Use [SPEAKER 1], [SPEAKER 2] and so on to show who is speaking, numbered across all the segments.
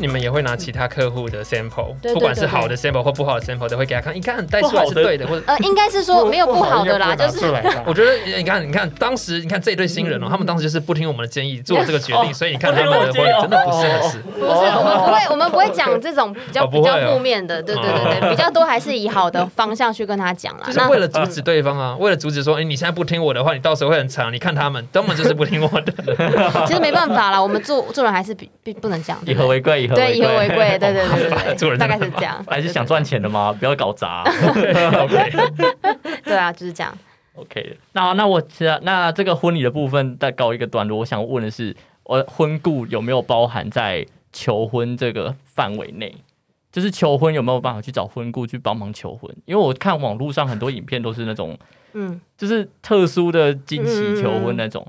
[SPEAKER 1] 你们也会拿其他客户的 sample，
[SPEAKER 2] 对对
[SPEAKER 1] 不管是
[SPEAKER 2] 对对
[SPEAKER 1] 好的 sample 或不好的 sample，都会给他看。你看带出来是对的，或者
[SPEAKER 2] 呃，应该是说没有不好的啦，
[SPEAKER 3] 不好
[SPEAKER 2] 就
[SPEAKER 3] 应该
[SPEAKER 2] 是
[SPEAKER 3] 不拿出来吧
[SPEAKER 1] 我觉得你看，你看当时你看这一对新人哦，他们当时就是不听我们的建议做这个决定，
[SPEAKER 3] 哦
[SPEAKER 1] 所以你看他们的婚
[SPEAKER 3] 哦
[SPEAKER 1] 真的不是很适。
[SPEAKER 2] 不是我们不会，我们不会讲这种比较
[SPEAKER 1] 哦
[SPEAKER 2] 比
[SPEAKER 1] 不会
[SPEAKER 2] 较
[SPEAKER 1] 啊
[SPEAKER 2] 负面的，对对对对，比较多还是以好的方向去跟他讲啦
[SPEAKER 1] 就。是
[SPEAKER 2] 那
[SPEAKER 1] 为了阻止对方啊，为了阻止说，哎、你现在不听我的话，你到时候会很惨。你看他们根本就是不听我的，
[SPEAKER 2] 其实没办法啦，我们做做人还是比比不能讲，
[SPEAKER 3] 以和为贵，以和
[SPEAKER 2] 对以和为贵，对对对
[SPEAKER 1] 好麻
[SPEAKER 2] 对
[SPEAKER 1] 烦做
[SPEAKER 2] 对，
[SPEAKER 1] 人
[SPEAKER 2] 大
[SPEAKER 1] 真的
[SPEAKER 2] 概是这样，
[SPEAKER 3] 还是想赚钱的嘛，不要搞 砸。
[SPEAKER 1] OK，
[SPEAKER 2] 对啊，就是这样。
[SPEAKER 3] OK，那那我知道，那这个婚礼的部分再告一个段落。我想问的是，呃，婚故有没有包含在求婚这个范围内？就是求婚有没有办法去找婚故去帮忙求婚？因为我看网络上很多影片都是那种，
[SPEAKER 2] 嗯，
[SPEAKER 3] 就是特殊的惊喜求婚那种，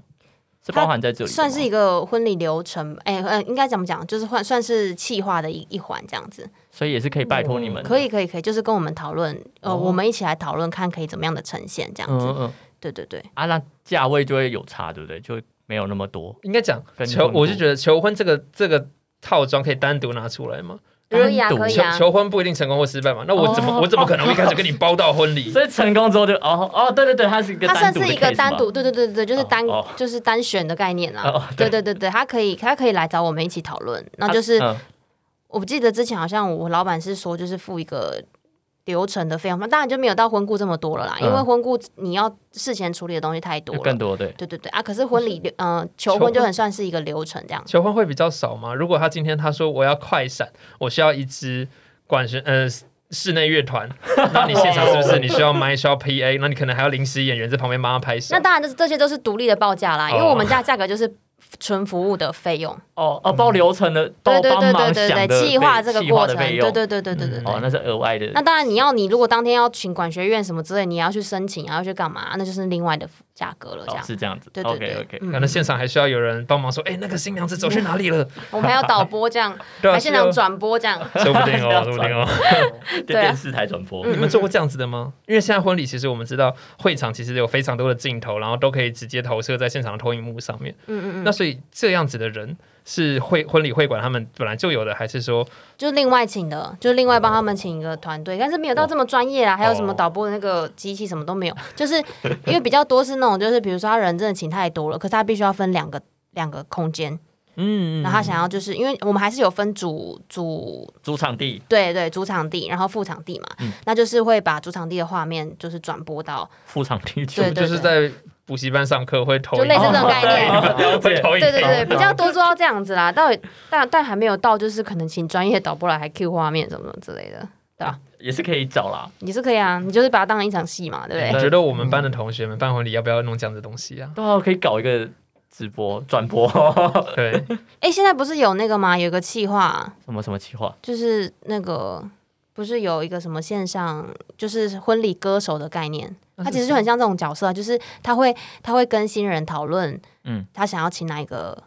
[SPEAKER 3] 是包含在这里的吗，
[SPEAKER 2] 算是一个婚礼流程，哎、呃，应该怎么讲？就是算算是企划的一一环这样子。
[SPEAKER 3] 所以也是可以拜托你们、
[SPEAKER 2] 可以，，可以，可以，就是跟我们讨论，呃，
[SPEAKER 3] 嗯哦
[SPEAKER 2] 我们一起来讨论看可以怎么样的呈现这样
[SPEAKER 3] 嗯
[SPEAKER 2] 子。
[SPEAKER 3] 嗯嗯，
[SPEAKER 2] 对对对，
[SPEAKER 3] 啊，那价位就会有差，对不对？就没有那么多。
[SPEAKER 1] 应该讲
[SPEAKER 3] 跟
[SPEAKER 1] 求，
[SPEAKER 3] 婚
[SPEAKER 1] 我是
[SPEAKER 3] 顾
[SPEAKER 1] 觉得求婚这个这个套装可以单独拿出来吗？
[SPEAKER 3] 单独
[SPEAKER 2] 可以啊，可以
[SPEAKER 1] 求
[SPEAKER 2] 啊。
[SPEAKER 1] 求婚不一定成功或失败嘛，那我怎么、
[SPEAKER 3] 哦
[SPEAKER 1] 我怎么可能会一开始跟你包到婚礼？
[SPEAKER 3] 所以成功之后就哦哦，对对对，它是一个
[SPEAKER 2] 它
[SPEAKER 3] 单
[SPEAKER 2] 算
[SPEAKER 3] 独的
[SPEAKER 2] 是一个
[SPEAKER 3] case
[SPEAKER 2] 单
[SPEAKER 3] 嘛
[SPEAKER 2] 独，对对对对，就是
[SPEAKER 3] 哦
[SPEAKER 2] 单、
[SPEAKER 3] 哦
[SPEAKER 2] 就是单选的概念啦。啊
[SPEAKER 3] 哦
[SPEAKER 2] 对对对对，他可以他可以来找我们一起讨论。那就是、
[SPEAKER 3] 嗯
[SPEAKER 2] 我记得之前好像我老板是说，就是付一个流程的费用，当然就没有到婚顾这么多了啦，
[SPEAKER 3] 嗯
[SPEAKER 2] 因为婚顾你要事前处理的东西太多
[SPEAKER 3] 有
[SPEAKER 2] 了
[SPEAKER 3] 更。多对。
[SPEAKER 2] 对对对啊！可是婚礼，嗯、呃，
[SPEAKER 1] 求
[SPEAKER 2] 求婚
[SPEAKER 1] 婚
[SPEAKER 2] 就很算是一个流程这样。
[SPEAKER 1] 求婚会比较少吗？如果他今天他说我要快闪，我需要一支管弦呃室内乐 团，那你现场是不是你需要麦需要 PA？那你可能还要临时演员在旁边帮他拍手
[SPEAKER 2] 那。当然，这这些都是独立的报价啦，因为
[SPEAKER 3] 哦
[SPEAKER 2] 我们家价格就是纯服务的费 用。
[SPEAKER 3] 哦哦，报流程的，
[SPEAKER 2] 对
[SPEAKER 3] 报
[SPEAKER 2] 对
[SPEAKER 3] 帮
[SPEAKER 2] 对
[SPEAKER 3] 忙
[SPEAKER 2] 对对
[SPEAKER 3] 想
[SPEAKER 2] 对，
[SPEAKER 3] 的
[SPEAKER 2] 计划这个
[SPEAKER 3] 计
[SPEAKER 2] 过
[SPEAKER 3] 划
[SPEAKER 2] 程，
[SPEAKER 3] 的费
[SPEAKER 2] 对
[SPEAKER 3] 用，
[SPEAKER 2] 对对对对对
[SPEAKER 3] 哦，
[SPEAKER 2] 对。
[SPEAKER 3] 那是额外的
[SPEAKER 2] 那当然，你要你如果当天要请管学院什么之类，你要去申请，然后去干嘛，那就是另外的价格了。这
[SPEAKER 3] 哦
[SPEAKER 2] 样，
[SPEAKER 3] 是这样子。
[SPEAKER 2] 对对
[SPEAKER 3] OK
[SPEAKER 2] 对
[SPEAKER 3] OK，
[SPEAKER 2] 嗯
[SPEAKER 1] 可能现场还需要有人帮忙说，哎、那个新娘子走去哪里了？
[SPEAKER 2] 我们还要导播这样，
[SPEAKER 1] 对啊，
[SPEAKER 2] 嗯还现场
[SPEAKER 1] 是
[SPEAKER 2] 转播这样。
[SPEAKER 1] 哦，说不定哦，说不定哦。
[SPEAKER 2] 对啊
[SPEAKER 3] 电视台转播
[SPEAKER 1] 你们做过这样子的吗？因为现在婚礼其实我们知道，会场其实有非常多的镜头，然后都可以直接投射在现场的投影幕上面。
[SPEAKER 2] 嗯嗯
[SPEAKER 1] 那
[SPEAKER 2] 嗯，
[SPEAKER 1] 所以这样子的人是会婚礼会馆他们本来就有的，还是说
[SPEAKER 2] 就是另外请的，就是另外帮他们请一个团队，但是没有到这么专业啊。还有什么导播的那个机器什么都没有，就是因为比较多是那种，就是比如说他人真的请太多了，可是他必须要分两个两个空间，
[SPEAKER 3] 嗯，
[SPEAKER 2] 然后他想要就是因为我们还是有分主主
[SPEAKER 3] 主场地
[SPEAKER 2] 对对，主场地，然后副场地嘛，
[SPEAKER 3] 嗯
[SPEAKER 2] 那就是会把主场地的画面就是转播到，
[SPEAKER 3] 副场地
[SPEAKER 1] 就
[SPEAKER 3] 就
[SPEAKER 2] 对对
[SPEAKER 1] 就是在补习班上课会投影，
[SPEAKER 2] 就类似这种概念
[SPEAKER 1] 哦对会
[SPEAKER 3] 了解
[SPEAKER 1] 投影，
[SPEAKER 2] 对对对，
[SPEAKER 1] 投
[SPEAKER 2] 比
[SPEAKER 1] 影
[SPEAKER 2] 较多做到这样子啦。到底但但还没有到，就是可能请专业导播来还 Q 画面什么什么之类的，
[SPEAKER 3] 也是可以找啦。
[SPEAKER 2] 你是可以啊，你就是把它当成一场戏嘛，对不
[SPEAKER 1] 我
[SPEAKER 2] 对？
[SPEAKER 1] 觉得我们班的同学们办婚礼要不要弄这样的东西啊？
[SPEAKER 3] 对啊，可以搞一个直播转播，
[SPEAKER 1] 对，
[SPEAKER 2] 哎，现在不是有那个吗？有一个企划，
[SPEAKER 3] 什么什么企划
[SPEAKER 2] 就是那个不是有一个什么线上，就是婚礼歌手的概念，它其实就很像这种角色啊，就是他会他会跟新人讨论，嗯
[SPEAKER 3] 嗯，
[SPEAKER 2] 他想要请哪一个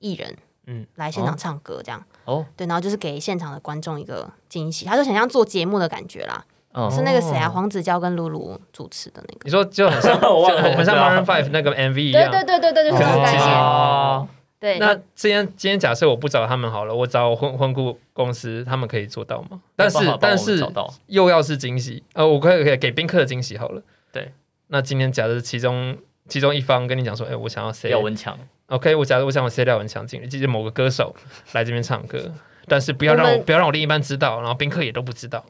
[SPEAKER 2] 艺人，嗯
[SPEAKER 1] 嗯，
[SPEAKER 2] 来现场唱歌这样。
[SPEAKER 3] 哦，
[SPEAKER 2] 对，然后就是给现场的观众一个惊喜，他就很像做节目的感觉啦，
[SPEAKER 3] 嗯
[SPEAKER 2] 是那个谁啊，黄子佼跟露露主持的那个。
[SPEAKER 1] 你说就很像，
[SPEAKER 3] 我忘
[SPEAKER 1] 就
[SPEAKER 3] 了
[SPEAKER 1] 很很像
[SPEAKER 3] 我知
[SPEAKER 1] Maroon
[SPEAKER 3] 道
[SPEAKER 1] Five 那个 MV 一
[SPEAKER 2] 对
[SPEAKER 1] 样
[SPEAKER 2] 对。对对对，就是这种概念。
[SPEAKER 3] 哦
[SPEAKER 2] 对，
[SPEAKER 1] 那今天今天假设我不找他们好了，我找婚婚顾公司，他们可以做到吗？但是
[SPEAKER 3] 哎帮忙帮
[SPEAKER 1] 但
[SPEAKER 3] 我
[SPEAKER 1] 是
[SPEAKER 3] 找到
[SPEAKER 1] 又要是惊喜，呃，我可以可以给宾客的惊喜好了。
[SPEAKER 3] 对，
[SPEAKER 1] 那今天假设其中其中一方跟你讲说，哎、我想要谁
[SPEAKER 3] 廖文强，
[SPEAKER 1] OK，我假如我想我塞廖文强进，就是某个歌手来这边唱歌，但是不要让
[SPEAKER 2] 我
[SPEAKER 1] 我
[SPEAKER 2] 们
[SPEAKER 1] 不要让我另一半知道，然后宾客也都不知道。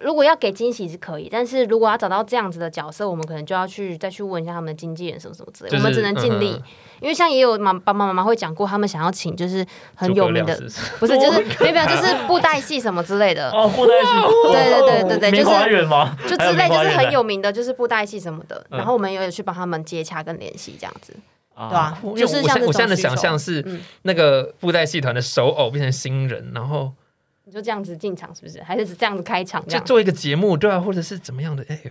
[SPEAKER 2] 如果要给惊喜是可以，但是如果要找到这样子的角色，我们可能就要去再去问一下他们的经纪人什么什么之类，
[SPEAKER 1] 就是
[SPEAKER 2] 我们只能尽力。
[SPEAKER 1] 嗯
[SPEAKER 2] 因为像也有妈爸爸妈妈会讲过，他们想要请就是很有名的
[SPEAKER 1] 诸葛，亮是不是
[SPEAKER 2] 不是就是没有没有就是布袋戏什么之 类的，
[SPEAKER 3] 哦，布袋戏，
[SPEAKER 2] 对对对对对
[SPEAKER 3] 梅
[SPEAKER 2] 就是
[SPEAKER 3] 花园吗？
[SPEAKER 2] 就
[SPEAKER 3] 还
[SPEAKER 2] 之类
[SPEAKER 3] 梅
[SPEAKER 2] 就
[SPEAKER 3] 花
[SPEAKER 2] 是
[SPEAKER 3] 园
[SPEAKER 2] 很
[SPEAKER 3] 的
[SPEAKER 2] 有名的，就是布袋戏什么的。
[SPEAKER 3] 嗯
[SPEAKER 2] 然后我们也有去帮他们接洽跟联系这样子，
[SPEAKER 3] 啊
[SPEAKER 2] 对吧？
[SPEAKER 1] 因为
[SPEAKER 2] 就是
[SPEAKER 1] 我
[SPEAKER 2] 像
[SPEAKER 1] 现
[SPEAKER 2] 这
[SPEAKER 1] 嗯我现在
[SPEAKER 2] 种
[SPEAKER 1] 的
[SPEAKER 2] 需
[SPEAKER 1] 想
[SPEAKER 2] 求
[SPEAKER 1] 象是
[SPEAKER 2] 嗯
[SPEAKER 1] 那个布袋戏团的首偶变成新人，然后
[SPEAKER 2] 你就这样子进场是不是？还是只这样子开场这
[SPEAKER 1] 就
[SPEAKER 2] 样？
[SPEAKER 1] 做一个节目，对啊，或者是怎么样的？哎呦，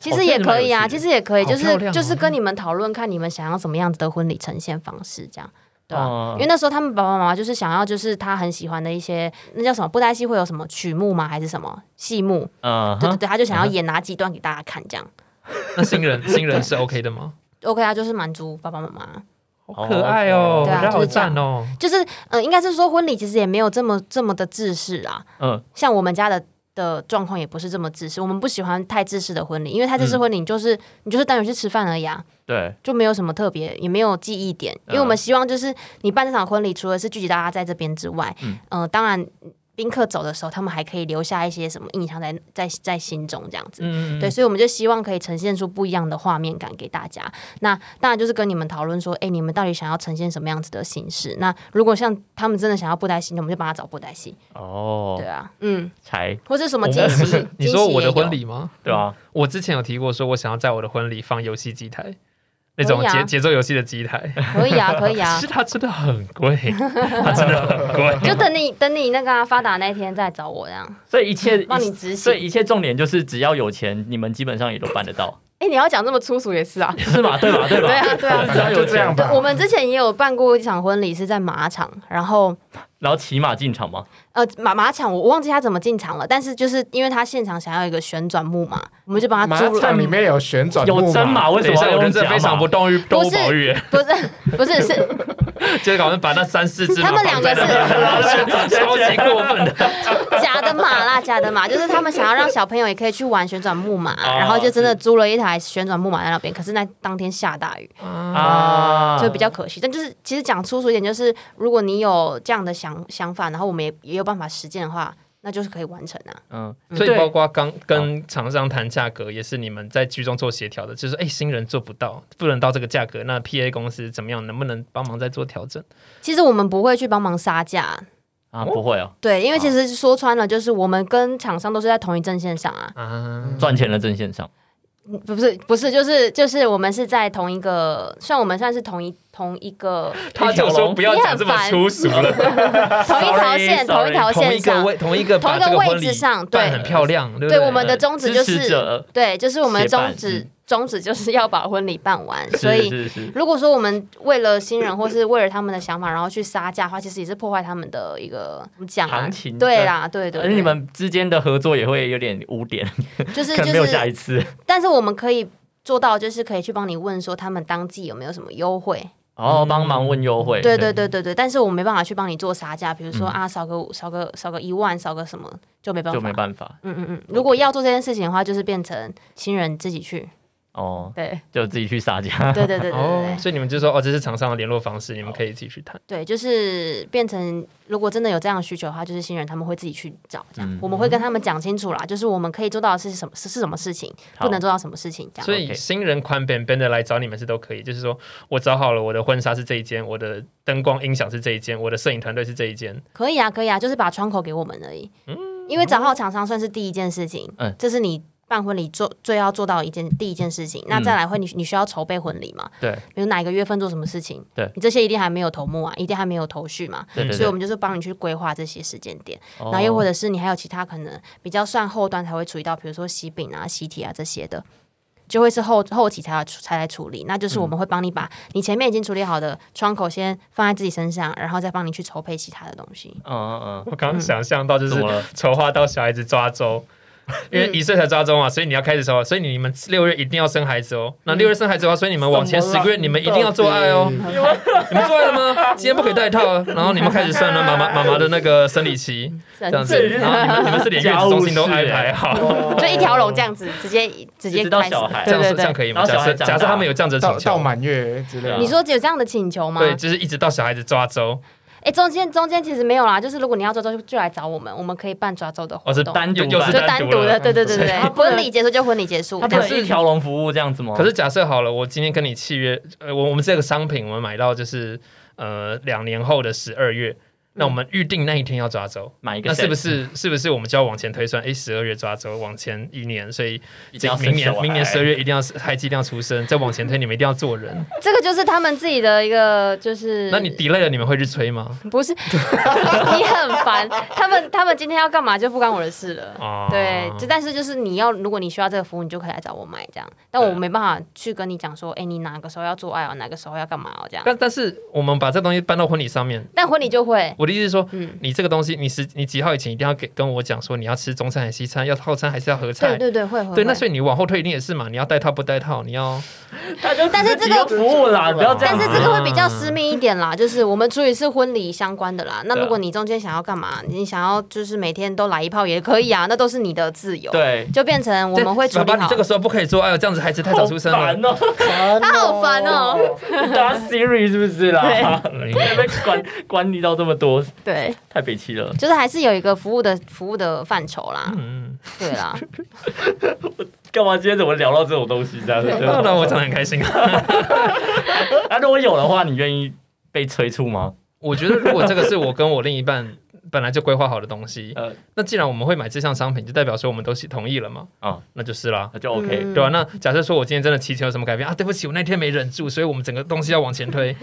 [SPEAKER 2] 其实也可以啊，
[SPEAKER 3] 好像是蛮有趣的
[SPEAKER 2] 其实也可以，
[SPEAKER 1] 好
[SPEAKER 2] 就是、
[SPEAKER 1] 漂亮哦
[SPEAKER 2] 就是跟你们讨论看你们想要什么样子的婚礼呈现方式这样。对吧、
[SPEAKER 3] 哦
[SPEAKER 2] 因为那时候他们爸爸妈妈就是想要，就是他很喜欢的一些，那叫什么布袋戏会有什么曲目吗？还是什么戏目？
[SPEAKER 3] 嗯
[SPEAKER 2] 对对
[SPEAKER 3] 哼，
[SPEAKER 2] 对，他就想要演哪几段给大家看这样。
[SPEAKER 1] 那新人新人是 OK 的吗？
[SPEAKER 2] OK 啊，就是满足爸爸妈妈。
[SPEAKER 1] 好可爱哦，
[SPEAKER 2] 对啊
[SPEAKER 1] 我觉得
[SPEAKER 2] 就
[SPEAKER 1] 好
[SPEAKER 2] 是这样
[SPEAKER 1] 赞哦。
[SPEAKER 2] 就是呃，应该是说婚礼其实也没有这么这么的制式啊，
[SPEAKER 3] 嗯，
[SPEAKER 2] 像我们家的。的状况也不是这么制式，我们不喜欢太制式的婚礼，因为太制式
[SPEAKER 3] 嗯
[SPEAKER 2] 婚礼你就是、你就是单纯去吃饭而已啊，
[SPEAKER 3] 对，
[SPEAKER 2] 就没有什么特别，也没有记忆点，
[SPEAKER 3] 嗯
[SPEAKER 2] 因为我们希望就是你办这场婚礼，除了是聚集大家在这边之外，
[SPEAKER 3] 嗯
[SPEAKER 2] 嗯、当然宾客走的时候，他们还可以留下一些什么印象在在在心中这样子。
[SPEAKER 1] 嗯，
[SPEAKER 2] 对，所以我们就希望可以呈现出不一样的画面感给大家。那当然就是跟你们讨论说，哎，你们到底想要呈现什么样子的形式？那如果像他们真的想要布袋戏，那我们就帮他找布袋戏。
[SPEAKER 3] 哦
[SPEAKER 2] 对，啊，嗯，
[SPEAKER 3] 才
[SPEAKER 2] 或是什么
[SPEAKER 1] 我
[SPEAKER 2] 惊
[SPEAKER 1] 们
[SPEAKER 2] 喜
[SPEAKER 1] 不是？ 你
[SPEAKER 2] 惊
[SPEAKER 1] 说
[SPEAKER 2] 喜
[SPEAKER 1] 我的
[SPEAKER 2] 也
[SPEAKER 1] 婚
[SPEAKER 2] 有
[SPEAKER 1] 礼吗？
[SPEAKER 3] 对啊，
[SPEAKER 1] 我之前有提过，说我想要在我的婚礼放游戏机台，那种
[SPEAKER 2] 可以啊
[SPEAKER 1] 节节奏游戏的机台，
[SPEAKER 2] 可以啊，可以啊
[SPEAKER 1] 是，它真的很贵， 它真的很贵。
[SPEAKER 2] 就等你等你那个、啊、发达那天再找我这样。
[SPEAKER 3] 所以一切
[SPEAKER 2] 嗯帮你执
[SPEAKER 3] 所以
[SPEAKER 2] 行。
[SPEAKER 3] 一切重点就是只要有钱，你们基本上也都办得 到，
[SPEAKER 2] 哎、你要讲这么粗俗也是啊。
[SPEAKER 3] 是吗？对吧？对 吧？
[SPEAKER 2] 对啊，对啊。
[SPEAKER 3] 只要有
[SPEAKER 4] 就这样
[SPEAKER 3] 钱，
[SPEAKER 4] 吧。
[SPEAKER 2] 我们之前也有办过一场婚礼，是在马场，然后
[SPEAKER 3] 然后骑马进场嘛，
[SPEAKER 2] 呃马马场我忘记他怎么进场了，但是就是因为他现场想要一个旋转木马，我们就帮他
[SPEAKER 4] 马
[SPEAKER 2] 租
[SPEAKER 4] 场
[SPEAKER 2] 了
[SPEAKER 4] 里，面有旋转木
[SPEAKER 3] 有真马，为什
[SPEAKER 1] 啊等一
[SPEAKER 3] 么
[SPEAKER 1] 下，
[SPEAKER 3] 要
[SPEAKER 1] 我
[SPEAKER 3] 用
[SPEAKER 1] 人生
[SPEAKER 3] 假
[SPEAKER 1] 非常
[SPEAKER 3] 马
[SPEAKER 1] 不？动于周
[SPEAKER 2] 不是
[SPEAKER 1] 宝 玉，
[SPEAKER 2] 不是不是是
[SPEAKER 1] 就是搞成把那三四只
[SPEAKER 2] 他
[SPEAKER 1] 马
[SPEAKER 2] 们两
[SPEAKER 1] 绑在
[SPEAKER 2] 个
[SPEAKER 1] 那
[SPEAKER 2] 是
[SPEAKER 1] 边， 超级过分的。
[SPEAKER 2] 假的马啦，假的马，就是他们想要让小朋友也可以去玩旋转木马，
[SPEAKER 3] 哦
[SPEAKER 2] 然后就真的租了一台旋转木马在那边，可是那当天下大雨，
[SPEAKER 3] 啊，
[SPEAKER 2] 就比较可惜。但就是其实讲粗俗一点，就是如果你有这样的想想法，然后我们也也有办法实践的话，那就是可以完成啊。
[SPEAKER 3] 嗯，
[SPEAKER 1] 所以
[SPEAKER 3] 对
[SPEAKER 1] 包括刚跟厂商谈价格，也是你们在居中做协调的，就是哎、新人做不到，不能到这个价格，那 PA 公司怎么样，能不能帮忙再做调整？
[SPEAKER 2] 其实我们不会去帮忙杀价，
[SPEAKER 3] 啊，不会哦，
[SPEAKER 2] 对，因为其实说穿了，就是我们跟厂商都是在同一阵线上啊，
[SPEAKER 1] 啊，
[SPEAKER 3] 赚钱的正线上，
[SPEAKER 2] 嗯不是不是，就是就是我们是在同一个，算我们算是同一同一 个
[SPEAKER 1] 他就说不要讲这么粗俗了，
[SPEAKER 2] 同一条线
[SPEAKER 3] Sorry，
[SPEAKER 2] 同一条
[SPEAKER 1] 同
[SPEAKER 2] 线
[SPEAKER 1] 一个
[SPEAKER 2] 上，
[SPEAKER 1] 位同一个把
[SPEAKER 2] 同一个
[SPEAKER 1] 这个
[SPEAKER 2] 位
[SPEAKER 1] 婚礼
[SPEAKER 2] 置上
[SPEAKER 1] 办
[SPEAKER 2] 对
[SPEAKER 1] 很漂亮，对不
[SPEAKER 2] 对我们的宗旨就
[SPEAKER 3] 支持
[SPEAKER 2] 是
[SPEAKER 3] 者
[SPEAKER 2] 对，就是我们的
[SPEAKER 3] 协办
[SPEAKER 2] 宗旨
[SPEAKER 3] 嗯
[SPEAKER 2] 宗旨就是要把婚礼办完，所
[SPEAKER 3] 是
[SPEAKER 2] 以。
[SPEAKER 3] 是是，
[SPEAKER 2] 如果说我们为了新人或是为了他们的想法，然后去杀价的话，其实也是破坏他们的一个怎么讲啊
[SPEAKER 3] 行？情
[SPEAKER 2] 对啦，对对
[SPEAKER 3] 而
[SPEAKER 2] 对，
[SPEAKER 3] 你们之间的合作也会有点污点，
[SPEAKER 2] 就是就
[SPEAKER 3] 可能没有
[SPEAKER 2] 是
[SPEAKER 3] 下一次
[SPEAKER 2] 但是我们可以做到，就是可以去帮你问说他们当季有没有什么优惠。
[SPEAKER 3] 哦，帮忙问优惠，
[SPEAKER 2] 嗯对对对对对，但是我没办法去帮你做杀价，比如说、
[SPEAKER 3] 嗯
[SPEAKER 2] 啊少个五少个少个一万，少个什么就没办法。
[SPEAKER 3] 就没办法
[SPEAKER 2] 嗯嗯嗯，如果要做这件事情的话，就是变成新人自己去。
[SPEAKER 3] 哦，
[SPEAKER 2] 对
[SPEAKER 3] 就自己去杀价，
[SPEAKER 2] 对对对对对
[SPEAKER 1] 哦
[SPEAKER 2] 对，
[SPEAKER 1] 所以你们就说哦，这是厂商的联络方式，你们可以自己去谈。
[SPEAKER 2] 对，就是变成如果真的有这样的需求的话，就是新人他们会自己去找，这样、
[SPEAKER 3] 嗯
[SPEAKER 2] 我们会跟他们讲清楚啦，就是我们可以做到的是什么是是什么事情，
[SPEAKER 3] 好
[SPEAKER 2] 不能做到什么事情这样。
[SPEAKER 1] 所以
[SPEAKER 3] OK
[SPEAKER 1] 新人宽扁扁的来找你们是都可以，就是说我找好了我的婚纱是这一间，我的灯光音响是这一间，我的摄影团队是这一间，
[SPEAKER 2] 可以啊，可以啊，就是把窗口给我们而已。因为找好厂商算是第一件事情，
[SPEAKER 3] 嗯
[SPEAKER 2] 这是你办婚礼做最要做到的一件第一件事情。那再来会你你需要筹备婚礼嘛？
[SPEAKER 3] 嗯对
[SPEAKER 2] 比如哪一个月份做什么事情，
[SPEAKER 3] 对
[SPEAKER 2] 你这些一定还没有头目啊，一定还没有头绪嘛。
[SPEAKER 3] 对对
[SPEAKER 2] 所以
[SPEAKER 3] 对
[SPEAKER 2] 我，们就是帮你去规划这些时间点，
[SPEAKER 3] 然
[SPEAKER 1] 哦
[SPEAKER 2] 然后又或者是你还有其他可能比较算后端才会处理到，比如说喜饼啊、喜帖啊这些的，就会是后后期才要处才来处理。那
[SPEAKER 1] 嗯
[SPEAKER 2] 就是我们会帮你把你前面已经处理好的窗口先放在自己身上，然后再帮你去筹备其他的东西。
[SPEAKER 3] 嗯嗯
[SPEAKER 1] 我刚刚想象到就
[SPEAKER 3] 嗯，
[SPEAKER 1] 是
[SPEAKER 3] 怎么了？
[SPEAKER 1] 筹划到小孩子抓周，因为一岁才抓周嘛，所以你要开始筹划，所以你们六月一定要生孩子
[SPEAKER 3] 嗯
[SPEAKER 1] 哦。那六月生孩子的话，所以你们往前十个月你们一定要做爱哦。
[SPEAKER 3] 嗯
[SPEAKER 1] 你们做爱了吗？今天不可以戴套哦。然后你们开始算了妈 妈妈妈的那个生理期这样子，然后
[SPEAKER 3] 啊
[SPEAKER 1] 你们你们是连月子中心都安排 好，
[SPEAKER 2] 就一条龙这样子，直接直接
[SPEAKER 3] 直到
[SPEAKER 2] 开始
[SPEAKER 3] 小孩
[SPEAKER 1] 这
[SPEAKER 2] 对
[SPEAKER 1] 样
[SPEAKER 2] 对
[SPEAKER 1] 是这样
[SPEAKER 2] 对。
[SPEAKER 1] 可以吗？
[SPEAKER 3] 然后
[SPEAKER 1] 假
[SPEAKER 3] 小孩
[SPEAKER 1] 设
[SPEAKER 3] 长大
[SPEAKER 1] 假设他们有这样子的
[SPEAKER 4] 到
[SPEAKER 1] 请
[SPEAKER 4] 到
[SPEAKER 1] 求，
[SPEAKER 4] 满月之类
[SPEAKER 3] 对啊
[SPEAKER 4] 的。
[SPEAKER 2] 你说有这样的请求吗？
[SPEAKER 1] 对，就是一直到小孩子抓周，
[SPEAKER 2] 哎，中间中间其实没有啦，就是如果你要抓周就就来找我们，我们可以办抓周的活
[SPEAKER 3] 哦，是
[SPEAKER 2] 动，
[SPEAKER 3] 单独
[SPEAKER 1] 又又是
[SPEAKER 2] 就
[SPEAKER 3] 办
[SPEAKER 2] 单
[SPEAKER 1] 单
[SPEAKER 2] 独
[SPEAKER 1] 独
[SPEAKER 2] 的，
[SPEAKER 1] 了
[SPEAKER 2] 对对对对
[SPEAKER 3] 所以他
[SPEAKER 2] 对，
[SPEAKER 3] 不能
[SPEAKER 2] 婚礼结束就婚礼结束
[SPEAKER 3] 它，不
[SPEAKER 2] 这样
[SPEAKER 3] 是一条龙服务这样子吗？
[SPEAKER 1] 可是假设好了，我今天跟你契约，呃，我我们这个商品我们买到就是呃两年后的十二月，
[SPEAKER 2] 嗯
[SPEAKER 1] 那我们预定那一天要抓周，
[SPEAKER 3] 买一个
[SPEAKER 1] 那是不
[SPEAKER 3] set 嗯
[SPEAKER 1] 是是不是我们就要往前推算？诶，十二月抓周，往前一年，所以
[SPEAKER 3] 一定要生
[SPEAKER 1] 明年
[SPEAKER 3] 小孩
[SPEAKER 1] 明年十二月一定要孩子一定要出 生，再往前推你们一定要做人。
[SPEAKER 2] 这个就是他们自己的一个就是。
[SPEAKER 1] 那你 delay 了，你们会去催吗？
[SPEAKER 2] 不是 你很烦，他们他们今天要干嘛就不关我的事了。
[SPEAKER 1] 啊，
[SPEAKER 2] 对，就但是就是你要，如果你需要这个服务，你就可以来找我买这样，但我
[SPEAKER 3] 对
[SPEAKER 2] 没办法去跟你讲说，哎，你哪个时候要做爱哦，哪个时候要干嘛哦这样。
[SPEAKER 1] 但但是我们把这东西搬到婚礼上面，
[SPEAKER 2] 但婚礼就会，
[SPEAKER 1] 我的意思是说。
[SPEAKER 2] 嗯，
[SPEAKER 1] 你这个东西，你是你几号以前一定要给跟我讲说你要吃中餐还是西餐，要套餐还是要合
[SPEAKER 2] 对
[SPEAKER 1] 菜？
[SPEAKER 2] 对对，会会。
[SPEAKER 1] 对，那
[SPEAKER 2] 会
[SPEAKER 1] 所以你往后退一定也是嘛，你要带套不带套，你要
[SPEAKER 4] 他就
[SPEAKER 2] 但是这个
[SPEAKER 4] 直接提供
[SPEAKER 3] 服务啦
[SPEAKER 4] 服
[SPEAKER 3] 不要这样
[SPEAKER 2] 但
[SPEAKER 3] 子
[SPEAKER 2] 是这个会比较私密一点
[SPEAKER 1] 嗯
[SPEAKER 2] 啦，就是我们注意是婚礼相关的啦。那
[SPEAKER 3] 对啊
[SPEAKER 2] 如果你中间想要干嘛，你想要就是每天都来一炮也可以啊，那都是你的自由。，
[SPEAKER 3] 对，
[SPEAKER 2] 就变成我们会处
[SPEAKER 1] 爸
[SPEAKER 2] 理
[SPEAKER 1] 爸，你
[SPEAKER 2] 好
[SPEAKER 1] 这。个时候不可以做爱哦，这样子孩子太早出生
[SPEAKER 3] 好
[SPEAKER 1] 了。
[SPEAKER 3] 烦哦，
[SPEAKER 2] 他好烦哦，
[SPEAKER 3] 打 Siri 是不是啦？
[SPEAKER 1] 嗯
[SPEAKER 3] 被管管理到这么多，
[SPEAKER 2] 对，
[SPEAKER 3] 太北气了。
[SPEAKER 2] 就是还是有一个服务的服务的范畴啦，
[SPEAKER 1] 嗯，
[SPEAKER 2] 对 啦，
[SPEAKER 3] 干嘛今天怎么聊到这种东西？这样子，真
[SPEAKER 1] 那
[SPEAKER 3] 的
[SPEAKER 1] 那我讲的很开心。
[SPEAKER 3] 啊，如果有的话，你愿意被催促吗？
[SPEAKER 1] 我觉得如果这个是我跟我另一半本来就规划好的东西，
[SPEAKER 3] 呃，
[SPEAKER 1] 那既然我们会买这项商品，就代表说我们都是同意了嘛？
[SPEAKER 3] 啊
[SPEAKER 1] 啊，那就是啦。
[SPEAKER 3] 那就 OK。
[SPEAKER 2] 嗯
[SPEAKER 1] 对吧、那假设说我今天真的提前有什么改变啊？对不起，我那天没忍住，所以我们整个东西要往前推。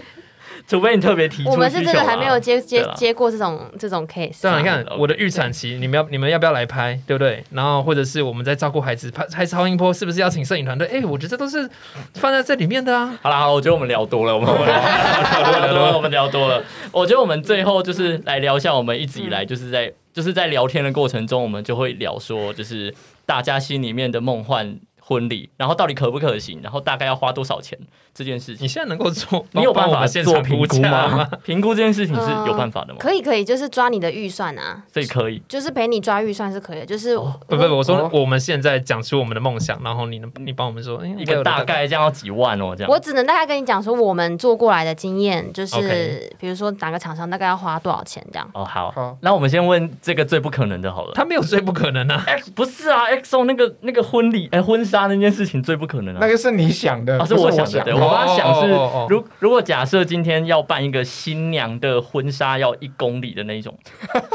[SPEAKER 3] 除非你特别提出
[SPEAKER 2] 我们是
[SPEAKER 3] 需
[SPEAKER 2] 真的
[SPEAKER 3] 求
[SPEAKER 2] 还
[SPEAKER 3] 啦
[SPEAKER 2] 没有接接
[SPEAKER 3] 对啦
[SPEAKER 2] 接过这种这种 case
[SPEAKER 1] 这
[SPEAKER 2] 啊。
[SPEAKER 1] 样你看
[SPEAKER 3] 啊，，OK
[SPEAKER 1] 我的预产期，你们要你们要不要来拍，对不对？然后或者是我们在照顾孩子，拍孩子超音波是不是要请摄影团队？哎，我觉得这都是放在这里面的啊。
[SPEAKER 3] 好啦，好啦，我觉得我们聊多了，我们我们聊多了，我们聊多了。 嗯我觉得我们最后就是来聊一下，我们一直以来就是在、就是在聊天的过程中，我们就会聊说，就是大家心里面的梦幻婚礼，然后到底可不可行，然后大概要花多少钱这件事
[SPEAKER 1] 你
[SPEAKER 3] 情。
[SPEAKER 1] 现在能够做，
[SPEAKER 3] 你有办
[SPEAKER 1] 帮我
[SPEAKER 3] 法
[SPEAKER 1] 们现
[SPEAKER 3] 做
[SPEAKER 1] 场
[SPEAKER 3] 评
[SPEAKER 1] 估
[SPEAKER 3] 估
[SPEAKER 1] 价
[SPEAKER 3] 吗？？评估这件事情是
[SPEAKER 2] 嗯
[SPEAKER 3] 有办法的吗？
[SPEAKER 2] 可以可以，就是抓你的预算啊，
[SPEAKER 3] 所以可以，
[SPEAKER 2] 就是陪你抓预算是可以的，就是
[SPEAKER 1] 不不，不我说
[SPEAKER 4] 哦
[SPEAKER 1] 我们现在讲出我们的梦想，然后你能你帮我们说哎
[SPEAKER 3] 一
[SPEAKER 1] 我有
[SPEAKER 3] 个
[SPEAKER 1] 的
[SPEAKER 3] 大概这样要几万哦，这样
[SPEAKER 2] 我只能大概跟你讲说我们做过来的经验，就是
[SPEAKER 1] OK
[SPEAKER 2] 比如说哪个厂商大概要花多少钱这样。
[SPEAKER 3] 哦好
[SPEAKER 4] 好。
[SPEAKER 3] 那我们先问这个最不可能的好了。
[SPEAKER 1] 他没有最不可能啊。
[SPEAKER 3] X 不是啊，XO 那个那个婚礼哎、婚纱那件事情最不可能啊
[SPEAKER 4] 那。个是你想的，
[SPEAKER 3] 啊，是
[SPEAKER 4] 呃不
[SPEAKER 3] 我
[SPEAKER 4] 我
[SPEAKER 3] 想的，
[SPEAKER 4] 想
[SPEAKER 3] 对
[SPEAKER 1] 哦
[SPEAKER 3] 我刚刚想
[SPEAKER 1] 哦
[SPEAKER 3] 是
[SPEAKER 1] 哦哦哦，
[SPEAKER 3] 如如果假设今天要办一个新娘的婚纱，要一公里的那一种，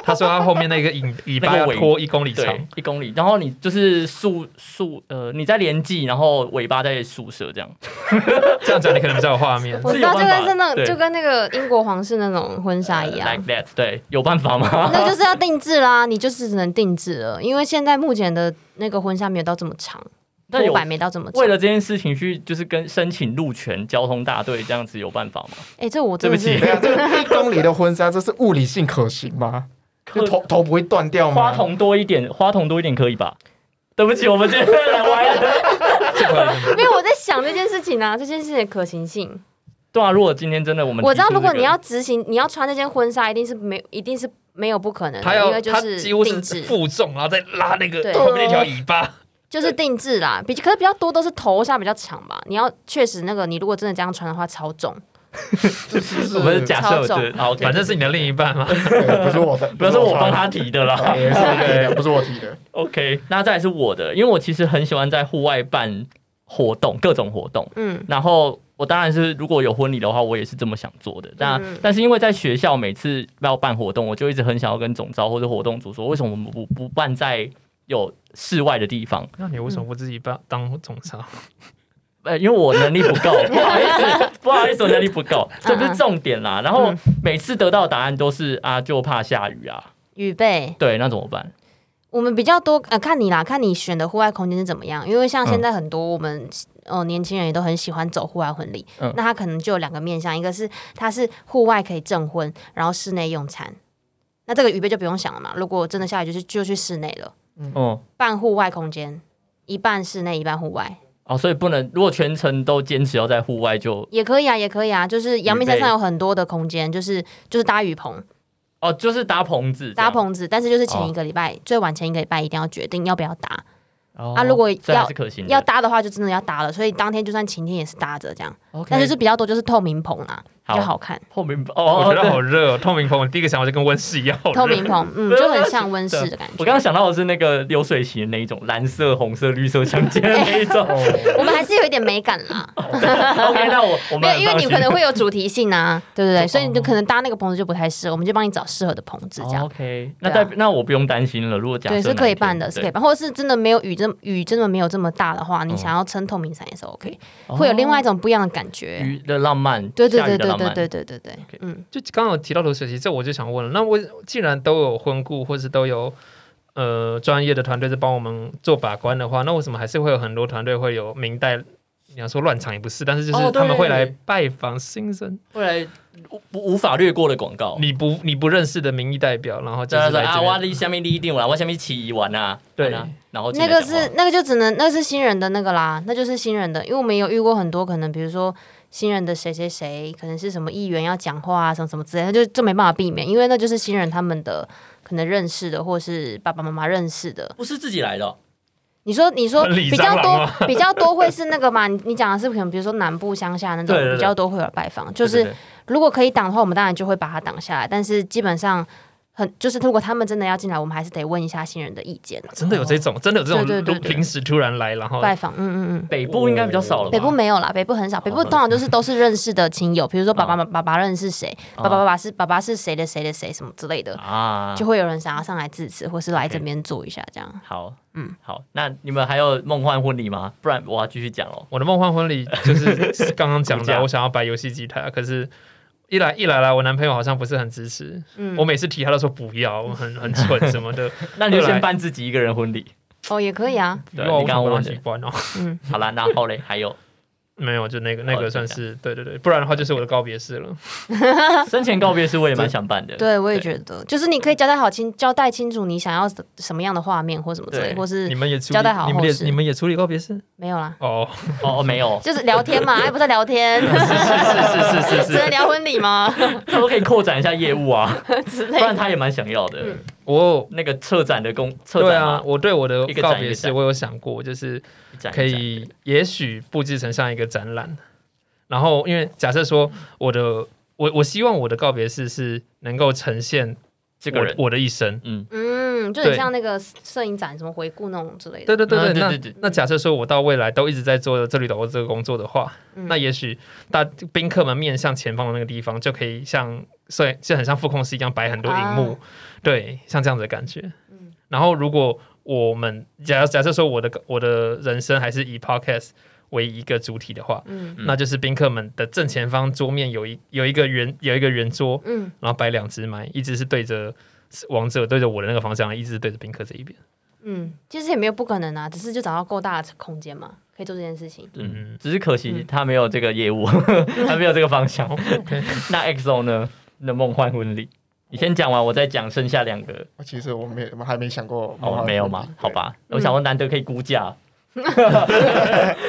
[SPEAKER 1] 他说他后面那个尾 尾巴要拖一公里长
[SPEAKER 3] 对，，一公里，然后你就是宿宿呃，你在连记，然后尾巴在宿舍这样，
[SPEAKER 1] 这样讲你可能比较有画面。
[SPEAKER 2] 我
[SPEAKER 3] 是
[SPEAKER 2] 知
[SPEAKER 3] 有
[SPEAKER 2] 道就
[SPEAKER 3] 办法
[SPEAKER 2] 跟是那
[SPEAKER 3] 对呃
[SPEAKER 2] 种就跟那个英国皇室那种婚纱一
[SPEAKER 3] ，like
[SPEAKER 2] 样，
[SPEAKER 3] that，对，有办法吗？
[SPEAKER 2] 那就是要定制啦，你就是只能定制了，因为现在目前的那个婚纱没有到这么长，
[SPEAKER 3] 那有
[SPEAKER 2] 拖版没到这么长
[SPEAKER 3] 为。了这件事情去就是跟申请路权交通大队这样子有办法吗？
[SPEAKER 2] 哎，这我
[SPEAKER 3] 对
[SPEAKER 2] 真
[SPEAKER 3] 不
[SPEAKER 2] 的是
[SPEAKER 3] 起
[SPEAKER 4] 对，啊，这个一公里的婚纱，这是物理性可行吗？就
[SPEAKER 3] 可
[SPEAKER 4] 头头不会断掉吗？
[SPEAKER 3] 花筒多一点，花筒多一点可以吧？对不起，我们今天来 歪了。
[SPEAKER 2] 没有我在想这件事情啊，这件事情的可行性。
[SPEAKER 3] 对啊，如果今天真的我们
[SPEAKER 2] 我知道，
[SPEAKER 3] 提出
[SPEAKER 2] 如果
[SPEAKER 3] 这个
[SPEAKER 2] 你要执行，你要穿这件婚纱，一定是没，一定是没有不可能
[SPEAKER 1] 他
[SPEAKER 2] 的，因
[SPEAKER 1] 要
[SPEAKER 2] 为就
[SPEAKER 1] 他
[SPEAKER 2] 是
[SPEAKER 1] 几乎
[SPEAKER 2] 定
[SPEAKER 1] 是
[SPEAKER 2] 制，
[SPEAKER 1] 负重，然后再拉那个
[SPEAKER 2] 对
[SPEAKER 1] 后面那条尾巴。
[SPEAKER 2] 就是定制啦。比可是比较多都是头纱比较长吧，你要确实那个，你如果真的这样穿的话，超重。
[SPEAKER 4] 这是是
[SPEAKER 3] 我们是假设
[SPEAKER 2] 超重
[SPEAKER 3] 对，好，
[SPEAKER 1] 反正是你的另一半嘛。
[SPEAKER 4] 对不是我的，
[SPEAKER 3] 不要是我帮他提的啦。
[SPEAKER 4] 穿的，对不是我提的，不是我提的。
[SPEAKER 3] OK，那再来是我的，因为我其实很喜欢在户外办活动，各种活动。
[SPEAKER 2] 嗯，
[SPEAKER 3] 然后我当然是如果有婚礼的话，我也是这么想做的。那、
[SPEAKER 2] 嗯
[SPEAKER 3] 但是因为在学校每次要办活动，我就一直很想要跟总招或者活动组说，为什么我们不不办在有室外的地方？
[SPEAKER 1] 那你为什么不自己当当总裁？
[SPEAKER 3] 呃，因为我能力不够，不好意思，不好意思，我能力不够，这不是重点啦。然后每次得到的答案都是啊，就怕下雨啊。
[SPEAKER 2] 预备。
[SPEAKER 3] 对，那怎么办？
[SPEAKER 2] 我们比较多呃，看你啦，看你选的户外空间是怎么样。因为
[SPEAKER 3] 嗯
[SPEAKER 2] 像现在很多我们、呃年轻人也都很喜欢走户外婚礼，
[SPEAKER 3] 嗯
[SPEAKER 2] 那他可能就有两个面向，一个是他是户外可以证婚，然后室内用餐。那这个预备就不用想了嘛，如果真的下雨，就是就去室内了，
[SPEAKER 3] 嗯，
[SPEAKER 2] 半户外空间，一半室内，一半户外
[SPEAKER 3] 哦，所以不能，如果全程都坚持要在户外就，
[SPEAKER 2] 也可以啊，也可以啊。就是阳明山
[SPEAKER 3] 预备
[SPEAKER 2] 上有很多的空间，就是就是搭雨棚、
[SPEAKER 3] 哦，就是搭棚子这样，
[SPEAKER 2] 搭棚子，但是就是前
[SPEAKER 3] 哦
[SPEAKER 2] 一个礼拜、最晚前一个礼拜一定要决定要不要搭。
[SPEAKER 3] 哦
[SPEAKER 2] 啊如果
[SPEAKER 3] 所以还
[SPEAKER 2] 要
[SPEAKER 3] 是可行的
[SPEAKER 2] 要搭的话，就真的要搭了，所以当天就算晴天也是搭着这样，
[SPEAKER 3] OK
[SPEAKER 2] 但就是比较多就是透明棚啦，
[SPEAKER 3] 好
[SPEAKER 2] 就好看。
[SPEAKER 3] 透明哦
[SPEAKER 1] 我
[SPEAKER 3] 哦，
[SPEAKER 1] 觉得好
[SPEAKER 3] 对
[SPEAKER 1] 热哦，透明棚。我第一个想法就跟温室一
[SPEAKER 3] 哦
[SPEAKER 1] 样，好热
[SPEAKER 2] 透明棚，嗯，
[SPEAKER 3] 对啊
[SPEAKER 2] 就很像温室的感
[SPEAKER 3] 我
[SPEAKER 2] 觉。
[SPEAKER 3] 刚刚想到的是那个流水席的那一种，蓝色、红色、绿色相间的那 一种。
[SPEAKER 4] 哦，
[SPEAKER 2] 我们还是有一点美感啦，
[SPEAKER 3] OK，那我 我
[SPEAKER 2] 没
[SPEAKER 3] 们
[SPEAKER 2] 有，因为你
[SPEAKER 3] 很放心
[SPEAKER 2] 可能会有主题性啊，对不 对？
[SPEAKER 3] 哦
[SPEAKER 2] 所以你就可能搭那个棚子就不太适合，我们就帮你找适合的棚子这
[SPEAKER 3] 哦
[SPEAKER 2] 样。
[SPEAKER 3] OK，那
[SPEAKER 2] 对啊
[SPEAKER 3] 代那我不用担心了。如果假设
[SPEAKER 2] 对，是可以办
[SPEAKER 3] 哪
[SPEAKER 2] 的，
[SPEAKER 3] 一
[SPEAKER 2] 是
[SPEAKER 3] 天
[SPEAKER 2] 可以办，或者是真的没有雨，真雨真的没有这么大的话，
[SPEAKER 3] 嗯
[SPEAKER 2] 你想要撑透明伞也是 OK，
[SPEAKER 3] 对
[SPEAKER 2] 会有另外一
[SPEAKER 3] 种
[SPEAKER 2] 种不一样的感觉。
[SPEAKER 3] 鱼哦的浪漫，
[SPEAKER 2] 对对
[SPEAKER 3] 下雨
[SPEAKER 2] 对
[SPEAKER 3] 的
[SPEAKER 2] 对
[SPEAKER 3] 浪
[SPEAKER 2] 对
[SPEAKER 3] 漫
[SPEAKER 2] 对对对对
[SPEAKER 3] OK，
[SPEAKER 2] 嗯，
[SPEAKER 1] 就刚刚有提到流水席，这我就想问了，那我既然都有婚顾或是都有呃专业的团队在帮我们做把关的话，那为什么还是会有很多团队会有明代你要说乱场也不是，但是就
[SPEAKER 3] 哦
[SPEAKER 1] 是
[SPEAKER 3] 对
[SPEAKER 1] 他们会来拜访新生，
[SPEAKER 3] 后来无无法略过的广告，
[SPEAKER 1] 你不你不认识的民意代表，然后就
[SPEAKER 3] 对
[SPEAKER 1] 是
[SPEAKER 3] 啊对
[SPEAKER 1] 来
[SPEAKER 3] 啊，
[SPEAKER 1] 这
[SPEAKER 3] 我
[SPEAKER 1] 边
[SPEAKER 3] 立下面立一定完，我下面起完啊，
[SPEAKER 1] 对
[SPEAKER 3] 啊，然后进
[SPEAKER 2] 那
[SPEAKER 3] 来
[SPEAKER 2] 个
[SPEAKER 3] 讲话
[SPEAKER 2] 是那个就只能那是新人的那个啦，那就是新人的，因为我们也有遇过很多可能，比如说新人的谁谁谁，可能是什么议员要讲话啊，什么什么之类的，就这没办法避免，因为那就是新人他们的可能认识的，或是爸爸妈妈认识的。
[SPEAKER 3] 不是自己来的哦，
[SPEAKER 2] 你说你说
[SPEAKER 1] 很理
[SPEAKER 2] 比较
[SPEAKER 1] 蟑螂
[SPEAKER 2] 多比较多会是那个嘛？你你讲的是可能比如说南部乡下那种
[SPEAKER 3] 对对对
[SPEAKER 2] 比较多会有拜访，就
[SPEAKER 3] 对
[SPEAKER 2] 是
[SPEAKER 3] 对对
[SPEAKER 2] 如果可以挡的话，我们当然就会把它挡下来，但是基本上。很就是，如果他们真的要进来，我们还是得问一下新人的意见啊
[SPEAKER 1] 真的有这种，真的有这
[SPEAKER 2] 对对
[SPEAKER 1] 种
[SPEAKER 2] 对对
[SPEAKER 1] 临时突然来，
[SPEAKER 3] 哦
[SPEAKER 1] 然后
[SPEAKER 2] 拜访。嗯嗯嗯。
[SPEAKER 3] 北部应该比较少了吧，
[SPEAKER 2] 北部没有啦，北部
[SPEAKER 1] 哦
[SPEAKER 2] 很少，北部通常就是都是认识的 亲友，比如说爸爸、爸爸认识谁，
[SPEAKER 3] 哦
[SPEAKER 2] 爸爸爸爸是爸爸是谁的谁的谁什么之类
[SPEAKER 1] 哦
[SPEAKER 2] 的，
[SPEAKER 3] 啊
[SPEAKER 2] 就，会有人想要上来致辞，或是来这边坐一下这样。
[SPEAKER 3] 好，嗯
[SPEAKER 2] 嗯，
[SPEAKER 3] 好，那你们还有梦幻婚礼吗？不然我要继续讲哦。
[SPEAKER 1] 我的梦幻婚礼就是刚刚讲
[SPEAKER 3] 骨
[SPEAKER 1] 的
[SPEAKER 3] 架
[SPEAKER 1] 啊，我想要摆游戏吉他，可是一来一来来，我男朋友好像不是很支持，
[SPEAKER 2] 嗯，
[SPEAKER 1] 我每次提他都说不要，我很很蠢什么 的。
[SPEAKER 3] 那你就
[SPEAKER 1] 后来
[SPEAKER 3] 先办自己一个人婚礼。
[SPEAKER 2] 哦也可以啊，
[SPEAKER 1] 对
[SPEAKER 3] 对，你刚刚问
[SPEAKER 1] 喜
[SPEAKER 3] 的。
[SPEAKER 1] 欢哦，
[SPEAKER 2] 嗯，
[SPEAKER 3] 好啦，那后嘞还有
[SPEAKER 1] 没有，就那个那
[SPEAKER 3] 哦
[SPEAKER 1] 个算是对对对，不然的话就是我的告别式了。
[SPEAKER 3] 生前告别式，我也蛮想办的。
[SPEAKER 2] 对我也
[SPEAKER 3] 对
[SPEAKER 2] 觉得，就是你可以交代好清交代清楚你想要什么样的画面或什么之类，
[SPEAKER 3] 对
[SPEAKER 2] 或
[SPEAKER 1] 你
[SPEAKER 2] 是
[SPEAKER 1] 们也处理
[SPEAKER 2] 交代好
[SPEAKER 1] 你们也
[SPEAKER 2] 后事
[SPEAKER 1] 你们也处理告别 式
[SPEAKER 2] 没有啦，，
[SPEAKER 1] 哦，
[SPEAKER 3] 哦，哦没有
[SPEAKER 2] 就是聊 天嘛，哎不在聊天，
[SPEAKER 1] 是是是是
[SPEAKER 2] 只能
[SPEAKER 1] 是，
[SPEAKER 2] 聊婚礼吗
[SPEAKER 3] 他都可以扩展一下业务啊，
[SPEAKER 2] 之
[SPEAKER 3] 不
[SPEAKER 2] 类
[SPEAKER 3] 然
[SPEAKER 2] 的。
[SPEAKER 3] 他也蛮想要的。
[SPEAKER 1] 我
[SPEAKER 3] 那个策展的工，策
[SPEAKER 1] 对
[SPEAKER 3] 展
[SPEAKER 1] 啊
[SPEAKER 3] 嘛，，
[SPEAKER 1] 我对我的
[SPEAKER 3] 一个展
[SPEAKER 1] 告
[SPEAKER 3] 一
[SPEAKER 1] 别
[SPEAKER 3] 个
[SPEAKER 1] 式
[SPEAKER 3] 展
[SPEAKER 1] 我有想过，就是
[SPEAKER 3] 一展一
[SPEAKER 1] 可
[SPEAKER 3] 展
[SPEAKER 1] 以，也许布置成像一个展览。然后，因为假设说我的，我我希望我的告别式是能够呈现
[SPEAKER 3] 这个人，
[SPEAKER 1] 我我的一生。
[SPEAKER 3] 嗯，
[SPEAKER 2] 嗯，就很
[SPEAKER 1] 对
[SPEAKER 2] 像那个摄影展什么回顾那种之类的。
[SPEAKER 1] 对对对
[SPEAKER 3] 嗯
[SPEAKER 1] 对，
[SPEAKER 3] 对
[SPEAKER 1] 那
[SPEAKER 3] 对对
[SPEAKER 1] 那假设说我到未来都一直在做这里导播这个工作的话，
[SPEAKER 2] 嗯
[SPEAKER 1] 那也许大宾客们面向前方的那个地方，就可以像所以就很像副控室一样摆很多荧幕，对，像这样子的感觉。
[SPEAKER 2] 嗯
[SPEAKER 1] 然后如果我们假假设说我的我的人生还是以 podcast 为一个主体的话，
[SPEAKER 2] 嗯
[SPEAKER 1] 那就是宾客们的正前方桌面有一有一个圆有一个圆桌，
[SPEAKER 2] 嗯，
[SPEAKER 1] 然后摆两只麦，一只是对着王者对着我的那个方向，一只是对着宾客这一边。
[SPEAKER 2] 嗯，其实也没有不可能啊，只是就找到够大的空间嘛，可以做这件事情。
[SPEAKER 3] 嗯
[SPEAKER 1] 嗯，
[SPEAKER 3] 只是可惜他没有这个业务， 他没有这个方向。那 XO 呢？你的梦幻婚礼，你先讲完，我再讲剩下两个。
[SPEAKER 4] 其实我没，我还没想过。
[SPEAKER 3] 哦，没有吗？好。吧，
[SPEAKER 2] 嗯
[SPEAKER 3] 我想说难得可以估价。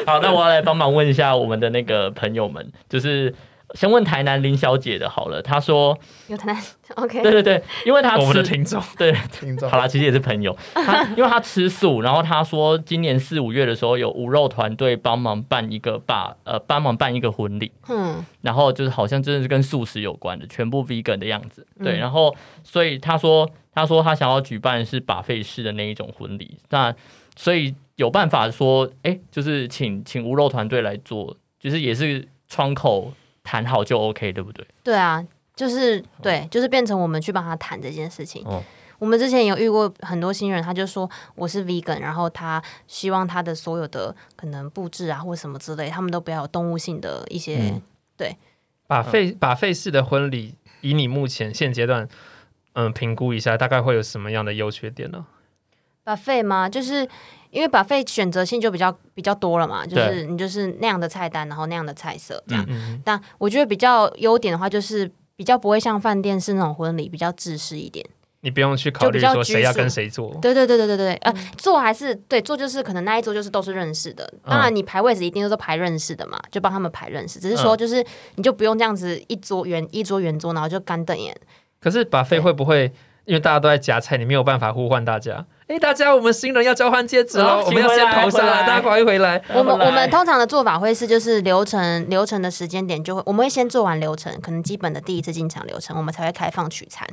[SPEAKER 3] 好，那我要来帮忙问一下我们的那个朋友们，就是先问台南林小姐的好了。她说，
[SPEAKER 2] 有台南 ，OK，
[SPEAKER 3] 对 对对，因为她
[SPEAKER 1] 我们的
[SPEAKER 3] 吃
[SPEAKER 1] 听众
[SPEAKER 3] 对，
[SPEAKER 4] 听众
[SPEAKER 3] 好，啦，其实也是朋友， 她因为她吃素，然后她说今年四五月的时候有无肉团队帮忙办一个把呃帮忙办一个婚礼，
[SPEAKER 2] 嗯
[SPEAKER 3] 然后就是好像真的是跟素食有关的，全部 vegan 的样子。对，
[SPEAKER 2] 嗯
[SPEAKER 3] 然后所以他说，他说他想要举办是把费式的那一种婚礼，那所以有办法说，哎，就是请请无肉团队来做，就是也是窗口谈好就 OK，对不对？
[SPEAKER 2] 对啊，就是对，就是变成我们去帮他谈这件事情。
[SPEAKER 3] 哦
[SPEAKER 2] 我们之前有遇过很多新人，他就说我是 vegan，然后他希望他的所有的可能布置啊或什么之类，他们都不要有动物性的一些。
[SPEAKER 3] 嗯
[SPEAKER 1] 把费把费氏的婚礼，以你目前现阶段，嗯，评估一下大概会有什么样的优缺点呢、
[SPEAKER 2] 把费吗？就是因为把费选择性就比较比较多了嘛，就
[SPEAKER 3] 对
[SPEAKER 2] 是你就是那样的菜单，然后那样的菜色这样。
[SPEAKER 1] 嗯，
[SPEAKER 2] 但我觉得比较优点的话，就是比较不会像饭店是那种婚礼比较制式一点。
[SPEAKER 1] 你不用去考虑说谁要跟谁做，
[SPEAKER 2] 对对对对对对，呃，坐还是对坐就是可能那一桌就是都是认识的，当然你排位置一定都是排认识的嘛，就帮他们排认识，只是说
[SPEAKER 3] 嗯
[SPEAKER 2] 就是你就不用这样子一桌圆一桌圆桌，然后就干瞪眼，
[SPEAKER 1] 可是把费会不会？因为大家都在夹菜，你没有办法呼唤大家。哎，大家，我们新人要交换戒指
[SPEAKER 3] 好
[SPEAKER 1] 了，我们要
[SPEAKER 3] 哦请回
[SPEAKER 1] 先
[SPEAKER 3] 来
[SPEAKER 1] 投上
[SPEAKER 3] 回
[SPEAKER 1] 来，
[SPEAKER 3] 来
[SPEAKER 1] 大家快回来。
[SPEAKER 2] 我们我们
[SPEAKER 3] 来
[SPEAKER 2] 通常的做法会是，就是流程流程的时间点就会，我们会先做完流程，可能基本的第一次进场流程，我们才会开放取餐。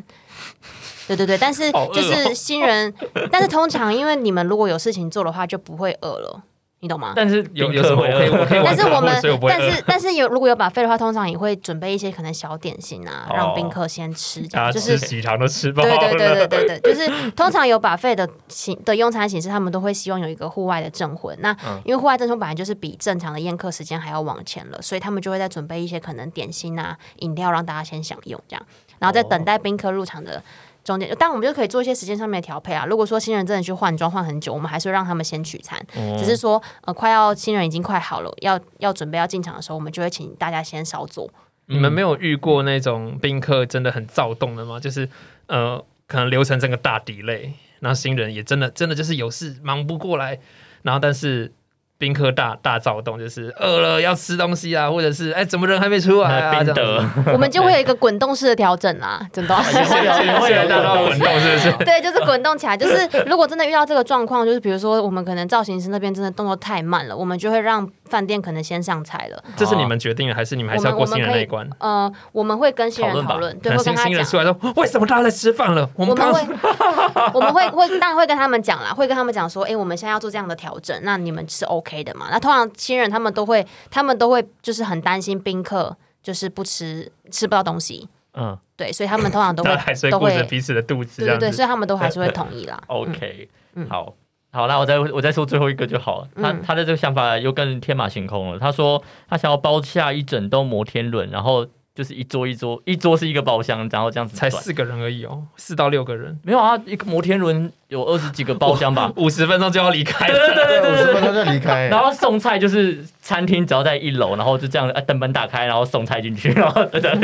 [SPEAKER 2] 对对对，但是
[SPEAKER 1] 好饿哦
[SPEAKER 2] 就是新人， 但是通常因为你们如果有事情做的话，就不会饿了，你懂吗？
[SPEAKER 3] 但是
[SPEAKER 1] 有
[SPEAKER 3] 宾
[SPEAKER 1] 有
[SPEAKER 3] 客
[SPEAKER 1] 什么我
[SPEAKER 3] 会
[SPEAKER 1] 可以
[SPEAKER 3] 饿
[SPEAKER 1] 我可以
[SPEAKER 2] 但
[SPEAKER 1] 玩
[SPEAKER 2] 是
[SPEAKER 1] 客户
[SPEAKER 2] 我们
[SPEAKER 1] 所以我，不会
[SPEAKER 2] 但
[SPEAKER 1] 饿
[SPEAKER 2] 是 但是有如果有把费的话，通常也会准备一些可能小点心啊，
[SPEAKER 3] 哦
[SPEAKER 2] 让宾客先吃，这
[SPEAKER 1] 大
[SPEAKER 2] 样
[SPEAKER 1] 家
[SPEAKER 2] 就是
[SPEAKER 1] 吃几堂都吃饱
[SPEAKER 2] 对对对对
[SPEAKER 1] 了。
[SPEAKER 2] 对对，就是通常有把费的形的用餐形式，他们都会希望有一个户外的证婚。那
[SPEAKER 3] 嗯
[SPEAKER 2] 因为户外证婚本来就是比正常的宴客时间还要往前了，所以他们就会再准备一些可能点心啊、饮料让大家先享用这样，然后再等待宾客入场的中间，但我们就可以做一些时间上面的调配啊。如果说新人真的去换装换很久，我们还是会让他们先取餐，
[SPEAKER 3] 哦
[SPEAKER 2] 只是说呃快要新人已经快好了，要要准备要进场的时候，我们就会请大家先少做。
[SPEAKER 1] 你
[SPEAKER 3] 嗯
[SPEAKER 1] 们没有遇过那种宾客真的很躁动的吗？就是呃，可能流程整个大 delay，然后新人也真的真的就是有事忙不过来，然后但是宾客大大躁动，就是饿了要吃东西啊，或者是哎怎么人还没出来啊？
[SPEAKER 3] 还
[SPEAKER 1] 这
[SPEAKER 3] 宾
[SPEAKER 1] 样子
[SPEAKER 3] 得，
[SPEAKER 2] 我们就会有一个滚动式的调 整啦，真的。
[SPEAKER 3] 也会 有也会有
[SPEAKER 1] 大 到滚动，是 不是？
[SPEAKER 2] 对，就是滚动起来。就是如果真的遇到这个状况，就是比如说我们可能造型师那边真的动作太慢了，我们就会让饭店可能先上菜了。
[SPEAKER 1] 这是你们决定的，还是你们还是要过新人那一关？
[SPEAKER 2] 呃，我们会跟新人
[SPEAKER 3] 讨
[SPEAKER 2] 讨
[SPEAKER 3] 论
[SPEAKER 2] 论，
[SPEAKER 1] 可
[SPEAKER 2] 对，
[SPEAKER 1] 能
[SPEAKER 2] 会跟
[SPEAKER 1] 新
[SPEAKER 2] 他
[SPEAKER 1] 新人
[SPEAKER 2] 讲。
[SPEAKER 1] 出来说，为什么大家在吃饭了？我
[SPEAKER 2] 我
[SPEAKER 1] 们
[SPEAKER 2] 们
[SPEAKER 1] 刚
[SPEAKER 2] 会， 我们会会，当然会跟他们讲啦，会跟他们讲说，哎、我们现在要做这样的调整，那你们是 OK 的嘛？那通常新人他们都会，他们都会就是很担心宾客就是不吃吃不到东西，
[SPEAKER 3] 嗯
[SPEAKER 2] 对，所以他们通 常都
[SPEAKER 1] 大
[SPEAKER 2] 会
[SPEAKER 1] 家还是会
[SPEAKER 2] 都
[SPEAKER 1] 顾着
[SPEAKER 2] 会，
[SPEAKER 1] 彼此的肚子这
[SPEAKER 2] 对对
[SPEAKER 1] 样
[SPEAKER 2] 对，
[SPEAKER 1] 子。
[SPEAKER 2] 所以他们都还是会同 意啦。
[SPEAKER 3] ，OK，
[SPEAKER 2] 嗯
[SPEAKER 3] 好。好，那我再我再说最后一个就好了。他
[SPEAKER 2] 嗯
[SPEAKER 3] 他的这个想法又更天马行空了。他说他想要包下一整栋摩天轮，然后就是一桌一桌，一桌是一个包厢，然后这样子
[SPEAKER 1] 才
[SPEAKER 3] 转
[SPEAKER 1] 四个人而已哦，四到六个人，？
[SPEAKER 3] 没有啊，一个摩天轮有二十几个包厢吧
[SPEAKER 2] 哦
[SPEAKER 1] 五十分钟就要离开了。
[SPEAKER 4] 对，五十分钟就离开
[SPEAKER 3] 然。后送菜就是餐厅只要在一楼，然后就这样啊灯门打开，然后送菜进去，然后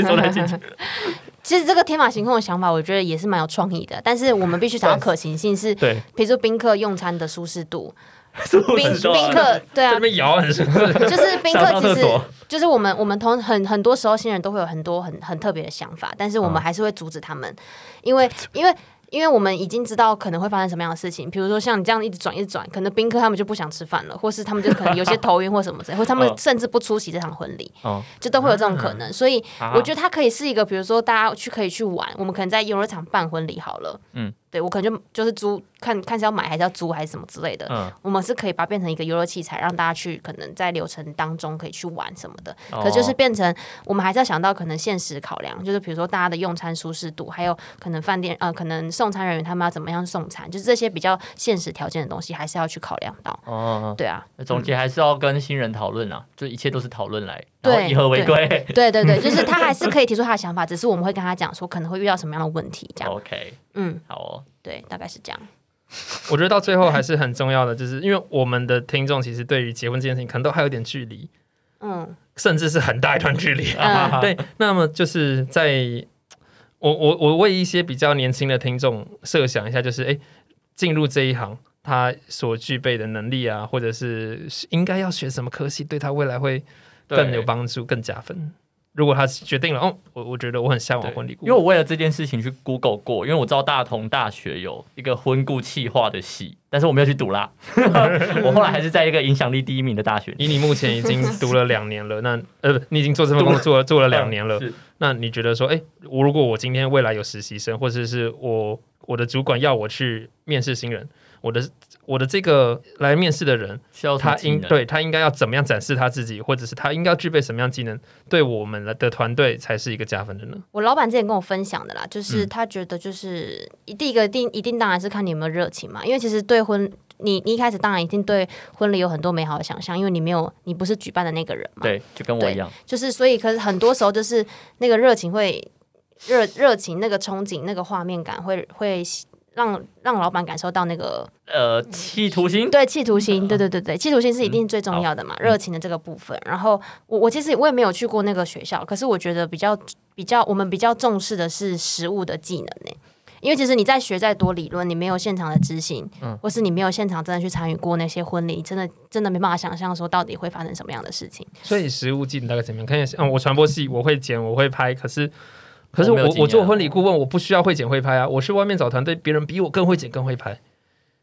[SPEAKER 3] 送菜进去。
[SPEAKER 2] 其实这个天马行空的想法，我觉得也是蛮有创意的，但是我们必须找到可行性是，
[SPEAKER 3] 对，
[SPEAKER 2] 比如说宾客用餐的舒适度，宾
[SPEAKER 3] 冰
[SPEAKER 2] 宾客对
[SPEAKER 1] 在
[SPEAKER 2] 啊
[SPEAKER 1] 那，边摇很是不是？
[SPEAKER 2] 就是宾
[SPEAKER 3] 想
[SPEAKER 2] 客
[SPEAKER 3] 上
[SPEAKER 2] 其
[SPEAKER 3] 厕
[SPEAKER 2] 实
[SPEAKER 3] 所，
[SPEAKER 2] 就是我们我们同很很多时候新人都会有很多很很特别的想法，但是我们还是会阻止他们，因为因为。因为我们已经知道可能会发生什么样的事情，比如说像你这样一直转一直转，可能宾客他们就不想吃饭了，或是他们就可能有些头晕或什么之类，或他们
[SPEAKER 3] 嗯
[SPEAKER 2] 甚至不出席这场婚礼，
[SPEAKER 3] 哦，
[SPEAKER 2] 就都会有这种可能。所以
[SPEAKER 3] 啊
[SPEAKER 2] 我觉得它可以是一个，比如说大家去可以去玩，我们可能在游乐场办婚礼好了，
[SPEAKER 3] 嗯
[SPEAKER 2] 嗯，对我可能就就是租看看是要买还是要租还是什么之类的，
[SPEAKER 3] 嗯
[SPEAKER 2] 我们是可以把它变成一个游乐器材，让大家去可能在流程当中可以去玩什么的。
[SPEAKER 3] 哦
[SPEAKER 2] 可就是变成我们还是要想到可能现实考量，就是比如说大家的用餐舒适度，还有可能饭店呃可能送餐人员他们要怎么样送餐，就是这些比较现实条件的东西还是要去考量到。
[SPEAKER 3] 哦，
[SPEAKER 2] 对啊，
[SPEAKER 3] 那总结
[SPEAKER 1] 嗯
[SPEAKER 3] 还是要跟新人讨论啊，就一切都是讨论来，然
[SPEAKER 2] 对
[SPEAKER 3] 后以和为 贵。
[SPEAKER 2] 对对对，就是他还是可以提出他的想法，只是我们会跟他讲说可能会遇到什么样的问题，这样，
[SPEAKER 3] OK，
[SPEAKER 2] 嗯。
[SPEAKER 3] 好哦，
[SPEAKER 2] 对，大概是这样。
[SPEAKER 1] 我觉得到最后还是很重要的，就是因为我们的听众其实对于结婚这件事情可能都还有点距离，
[SPEAKER 2] 嗯，
[SPEAKER 1] 甚至是很大一段距 离。
[SPEAKER 2] 嗯
[SPEAKER 1] 对， 那么就是在我我我为一些比较年轻的听众设想一下，就是诶，进入这一行他所具备的能力啊，或者是应该要学什么科系，对他未来会更
[SPEAKER 3] 对
[SPEAKER 1] 有帮助、更加分。如果他决定了，哦，我我觉得我很向往婚礼顾
[SPEAKER 3] 因
[SPEAKER 1] 问，
[SPEAKER 3] 为我为了这件事情去 Google 过，因为我知道大同大学有一个婚顾企划的系，但是我没有去读 啦。我后来还是在一个影响力第一名的大学
[SPEAKER 1] 以你目前已经读了两年了，那呃，不，你已经做这份工作做了做了两年了
[SPEAKER 3] 是，
[SPEAKER 1] 那你觉得说，哎、我如果我今天未来有实习生，或者是我我的主管要我去面试新人，我的我的这个来面试的人，哦
[SPEAKER 3] 需要什么
[SPEAKER 1] 他
[SPEAKER 3] 技
[SPEAKER 1] 应
[SPEAKER 3] 能
[SPEAKER 1] 对他应该要怎么样展示他自己，或者是他应该要具备什么样技能，对我们的团队才是一个加分的呢？
[SPEAKER 2] 我老板之前跟我分享的啦，就是他觉得就是、第一个一定一定当然是看你有没有热情嘛，因为其实对婚你你一开始当然一定对婚礼有很多美好的想象，因为你没有你不是举办的那个人嘛，
[SPEAKER 3] 对，就跟我一样，
[SPEAKER 2] 就是所以可是很多时候就是那个热情会热热情那个憧憬那个画面感会会让让老板感受到那个
[SPEAKER 3] 呃，企图 心
[SPEAKER 2] 对，企图
[SPEAKER 3] 嗯
[SPEAKER 2] 心，对对对对，企图心是一定最重要的嘛，热情的这个部分。然后我我其实我也没有去过那个学校，可是我觉得比较比较我们比较重视的是实物的技能呢、因为其实你在学再多理论，你没有现场的执行，
[SPEAKER 3] 嗯
[SPEAKER 2] 或是你没有现场真的去参与过那些婚礼，你真的真的没办法想象说到底会发生什么样的事情。
[SPEAKER 1] 所以实务技能大概怎么样？看一下，嗯，我传播系我会剪，我会拍，可是。可是
[SPEAKER 3] 我
[SPEAKER 1] 我
[SPEAKER 3] 没有
[SPEAKER 1] 我
[SPEAKER 3] 经验
[SPEAKER 1] 做婚礼顾问，我不需要会剪会拍啊！我去外面找团队，别人比我更会剪更会拍。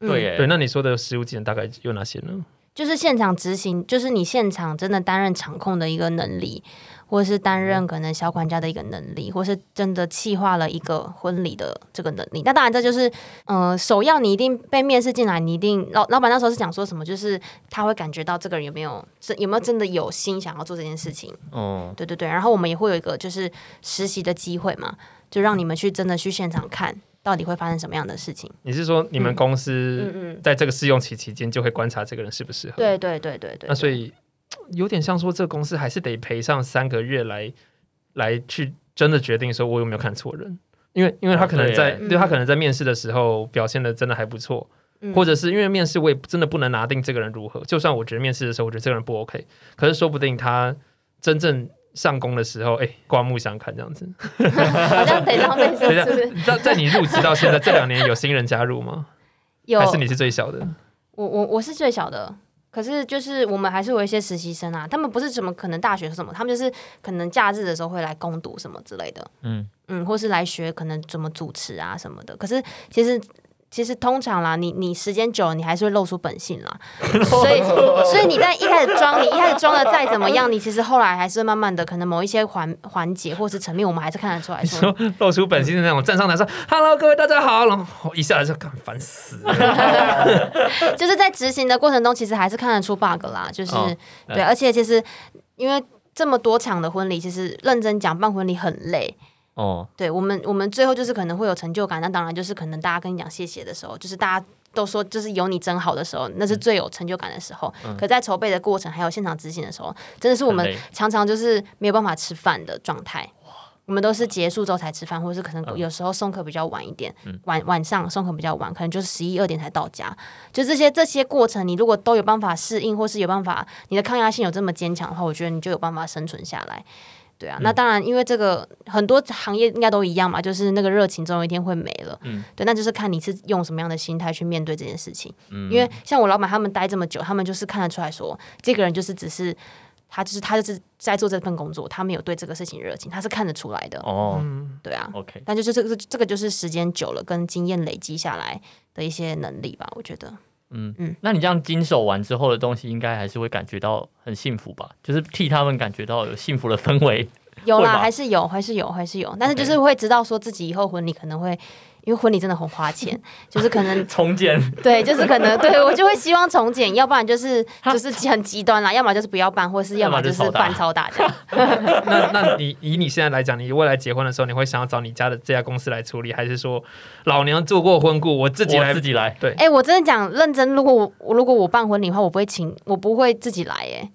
[SPEAKER 2] 嗯
[SPEAKER 3] 对耶
[SPEAKER 1] 对，那你说的实务技能大概有哪些呢？
[SPEAKER 2] 就是现场执行，就是你现场真的担任场控的一个能力，或是担
[SPEAKER 1] 嗯
[SPEAKER 2] 任可能小管家的一个能力，或是真的企划了一个婚礼的这个能力。那当然，这就是呃，首要你一定被面试进来，你一定老老板那时候是讲说什么，就是他会感觉到这个人有没有真有没有真的有心想要做这件事情。
[SPEAKER 3] 哦，
[SPEAKER 2] 对对对，然后我们也会有一个就是实习的机会嘛，就让你们去真的去现场看到底会发生什么样的事情。
[SPEAKER 1] 你是说你们公司
[SPEAKER 2] 嗯嗯，
[SPEAKER 1] 在这个试用期期间就会观察这个人适不适合？。
[SPEAKER 2] 对对对对对
[SPEAKER 1] 那。所以有点像说，这个公司还是得赔上三个月来来去真的决定说我有没有看错人。因为因为他可能在
[SPEAKER 3] 哦
[SPEAKER 2] 对耶
[SPEAKER 1] 对他可能在面试的时候表现的真的还不错，
[SPEAKER 2] 嗯
[SPEAKER 1] 或者是因为面试我也真的不能拿定这个人如何，就算我觉得面试的时候我觉得这个人不 OK，可是说不定他真正上工的时候，哎，刮目相看这样子。
[SPEAKER 2] 好像得浪费是
[SPEAKER 1] 等一下
[SPEAKER 2] 不是？，
[SPEAKER 1] 在在你入职到现在这两年有新人加入吗？
[SPEAKER 2] 有
[SPEAKER 1] 还是你是最小的？
[SPEAKER 2] 我我我是最小的，可是就是我们还是有一些实习生啊，他们不是什么可能大学什么，他们就是可能假日的时候会来攻读什么之类的，
[SPEAKER 3] 嗯
[SPEAKER 2] 嗯，或是来学可能怎么主持啊什么的。可是其实其实通常啦，你你时间久了，你还是会露出本性 啦，所以所以你在一开始装，你一开始装的再怎么样，你其实后来还是会慢慢的，可能某一些环环节或是层面，我们还是看得出来说，
[SPEAKER 1] 说露出本性的那种，站上台说 “Hello，各位大家好”，然后一下来就干烦死了。
[SPEAKER 2] 就是在执行的过程中，其实还是看得出 bug 啦，就是、
[SPEAKER 1] 哦
[SPEAKER 2] 对，而且其实因为这么多场的婚礼，其实认真讲办婚礼很累。
[SPEAKER 3] 哦，
[SPEAKER 2] 对我们，我们最后就是可能会有成就感，那当然就是可能大家跟你讲谢谢的时候，就是大家。都说就是有你真好的时候，那
[SPEAKER 3] 嗯
[SPEAKER 2] 是最有成就感的时候。可在筹备的过程，还有现场执行的时候，真的是我们
[SPEAKER 3] 很累
[SPEAKER 2] 常常就是没有办法吃饭的状态。我们都是结束之后才吃饭，或者是可
[SPEAKER 3] 嗯
[SPEAKER 2] 能有时候送客比较晚一点，晚晚上送客比较晚，可能就是十一二点才到家。就这些这些过程，你如果都有办法适应，或是有办法你的抗压性有这么坚强的话，我觉得你就有办法生存下来。对
[SPEAKER 3] 嗯
[SPEAKER 2] 啊，那当然，因为这个很多行业应该都一样嘛，就是那个热情总有一天会没了。
[SPEAKER 3] 嗯
[SPEAKER 2] 对，那就是看你是用什么样的心态去面对这件事情。
[SPEAKER 3] 嗯
[SPEAKER 2] 因为像我老板他们待这么久，他们就是看得出来说，这个人就是只是他就是他就是在做这份工作，他没有对这个事情热情，他是看得出来的。
[SPEAKER 3] 哦
[SPEAKER 1] 嗯
[SPEAKER 2] 对啊，
[SPEAKER 3] ，OK，
[SPEAKER 2] 但就是这个这个就是时间久了跟经验累积下来的一些能力吧，我觉得。
[SPEAKER 3] 那你这样经手完之后的东西，应该还是会感觉到很幸福吧？就是替他们感觉到有幸福的氛围。
[SPEAKER 2] 有
[SPEAKER 3] 会
[SPEAKER 2] 啦，
[SPEAKER 3] 吧
[SPEAKER 2] 还是有，还是有，还是有，但是就
[SPEAKER 3] OK
[SPEAKER 2] 是会知道说自己以后婚礼可能会，因为婚礼真的很花钱， 就是可能
[SPEAKER 3] 重建，
[SPEAKER 2] 对，就是可能对我就会希望重剪，要不然就是就是很极端啦，要么就是不要办，或是要
[SPEAKER 3] 要
[SPEAKER 2] 么
[SPEAKER 3] 么
[SPEAKER 2] 就
[SPEAKER 3] 就是超大
[SPEAKER 2] 办超大这样。
[SPEAKER 1] 那那你以你现在来讲，你未来结婚的时候，你会想要找你家的这家公司来处理，还是说老娘做过婚顾，我自己
[SPEAKER 3] 我
[SPEAKER 1] 来
[SPEAKER 3] 自？己来。
[SPEAKER 2] 哎、我真的讲认真，如果我我如果我办婚礼的话，我不会请，我不会自己来、耶。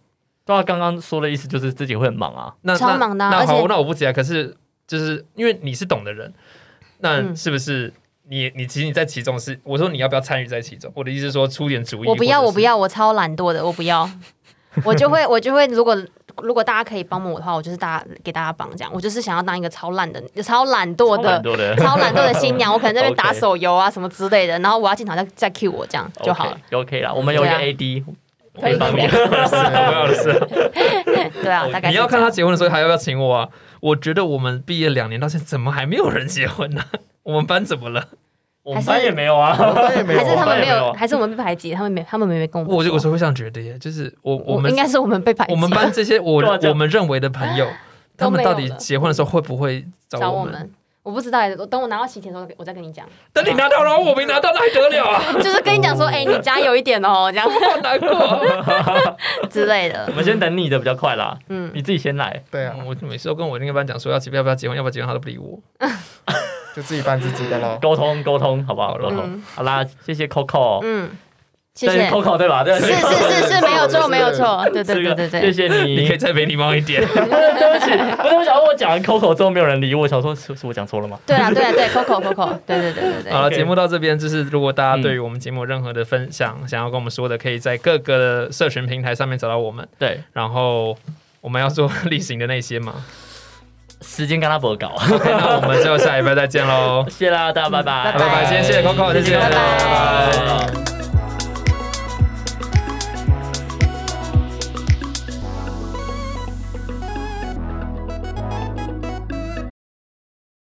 [SPEAKER 3] 对啊，刚刚说的意思就是自己会很忙啊。
[SPEAKER 1] 那
[SPEAKER 2] 超忙的啊
[SPEAKER 1] 那那
[SPEAKER 2] 而且
[SPEAKER 1] 好，那我不急啊。可是就是因为你是懂的人，那
[SPEAKER 2] 嗯
[SPEAKER 1] 是不是你你其实你在其中是我说你要不要参与在其中？我的意思是说出点主意。
[SPEAKER 2] 我不要，
[SPEAKER 1] 或者是
[SPEAKER 2] 我不。要，我超懒惰的，我不要，我就会我就会，如果如果大家可以帮帮我的话，我就是大家给大家帮这样，我就是想要当一个超懒的、超懒惰
[SPEAKER 3] 超懒
[SPEAKER 2] 的。
[SPEAKER 3] 惰的，
[SPEAKER 2] 超懒惰的新娘，我可能在那边
[SPEAKER 3] OK
[SPEAKER 2] 打手游啊什么之类的，然后我要进场再再 cue 我这样就好了。
[SPEAKER 3] OK，OK 啦。我们有一个
[SPEAKER 2] 对啊
[SPEAKER 3] AD
[SPEAKER 2] 可以
[SPEAKER 3] 可以帮你。
[SPEAKER 1] 不
[SPEAKER 4] 啊
[SPEAKER 1] 要的是，
[SPEAKER 2] 对啊，大概是
[SPEAKER 1] 哦你要
[SPEAKER 2] 这
[SPEAKER 1] 看他
[SPEAKER 2] 样
[SPEAKER 1] 结婚的时候还要不要请我啊？我觉得我们毕业两年到现在，怎么还没有人结婚呢、 我们班怎么了？
[SPEAKER 3] 我们班也没有
[SPEAKER 4] 我
[SPEAKER 3] 啊。
[SPEAKER 4] 班也没有
[SPEAKER 2] 还是他
[SPEAKER 4] 啊，
[SPEAKER 2] 们没
[SPEAKER 3] 没有
[SPEAKER 2] 有，
[SPEAKER 3] 啊
[SPEAKER 2] 还是我们被排挤，他们没，他们没跟我们
[SPEAKER 1] 我就
[SPEAKER 2] 说
[SPEAKER 1] 我是会这样觉得耶，就是我我
[SPEAKER 2] 我
[SPEAKER 1] 们
[SPEAKER 2] 应该是我们被排挤，
[SPEAKER 1] 我们班这些我
[SPEAKER 3] 对啊这样
[SPEAKER 1] 我们认为的朋友，他们到底结婚的时候会不会
[SPEAKER 2] 找
[SPEAKER 1] 我
[SPEAKER 2] 我？们。我不知道，欸我等我拿到喜帖的时候，我再跟你讲。
[SPEAKER 1] 等你拿到，然后我没拿到，那还得了 啊？
[SPEAKER 2] 就是跟你讲说，哎、你加油一点哦，这样
[SPEAKER 1] 好难过。
[SPEAKER 2] 之类
[SPEAKER 3] 我
[SPEAKER 2] 的。
[SPEAKER 3] 们先等你的比较快啦，
[SPEAKER 2] 嗯，
[SPEAKER 3] 你自己先来。
[SPEAKER 4] 对啊，
[SPEAKER 1] 我每次都跟我那个班讲说要结要不要结婚，要不要结婚，他都不理我。
[SPEAKER 4] 就自己办自己的喽。
[SPEAKER 3] 沟通沟通，好不好？
[SPEAKER 1] 好
[SPEAKER 3] 沟
[SPEAKER 1] 了
[SPEAKER 3] 通
[SPEAKER 2] 嗯。
[SPEAKER 3] 好啦，谢谢 Coco，
[SPEAKER 2] 嗯，谢
[SPEAKER 3] 对
[SPEAKER 2] 谢。
[SPEAKER 3] Coco 对吧？对，
[SPEAKER 2] 是是是是，没有错，
[SPEAKER 4] 是
[SPEAKER 2] 没有错，对对对对
[SPEAKER 3] 谢
[SPEAKER 2] 对。
[SPEAKER 3] 谢你。
[SPEAKER 1] 你可以再没礼貌一 点。
[SPEAKER 3] 对不起，不是我想说我讲完 Coco 之后没有人理我，我想说是是我讲错了吗？
[SPEAKER 2] 对啊，对啊，对，Coco Coco，对对对对对，
[SPEAKER 1] 好了，
[SPEAKER 3] OK
[SPEAKER 1] 节目到这边，就是如果大家
[SPEAKER 3] 嗯
[SPEAKER 1] 对于我们节目有任何的分享，想要跟我们说的，可以在各个社群平台上面找到我们。
[SPEAKER 3] 对，
[SPEAKER 1] 然后我们要做 例行的那些嘛。
[SPEAKER 3] 时间跟他不搞，
[SPEAKER 1] OK，那我们就下礼拜再见喽。
[SPEAKER 3] 谢啦，大家拜拜，
[SPEAKER 1] 拜拜，今天谢谢 Coco，谢谢，
[SPEAKER 2] 拜拜
[SPEAKER 3] 拜拜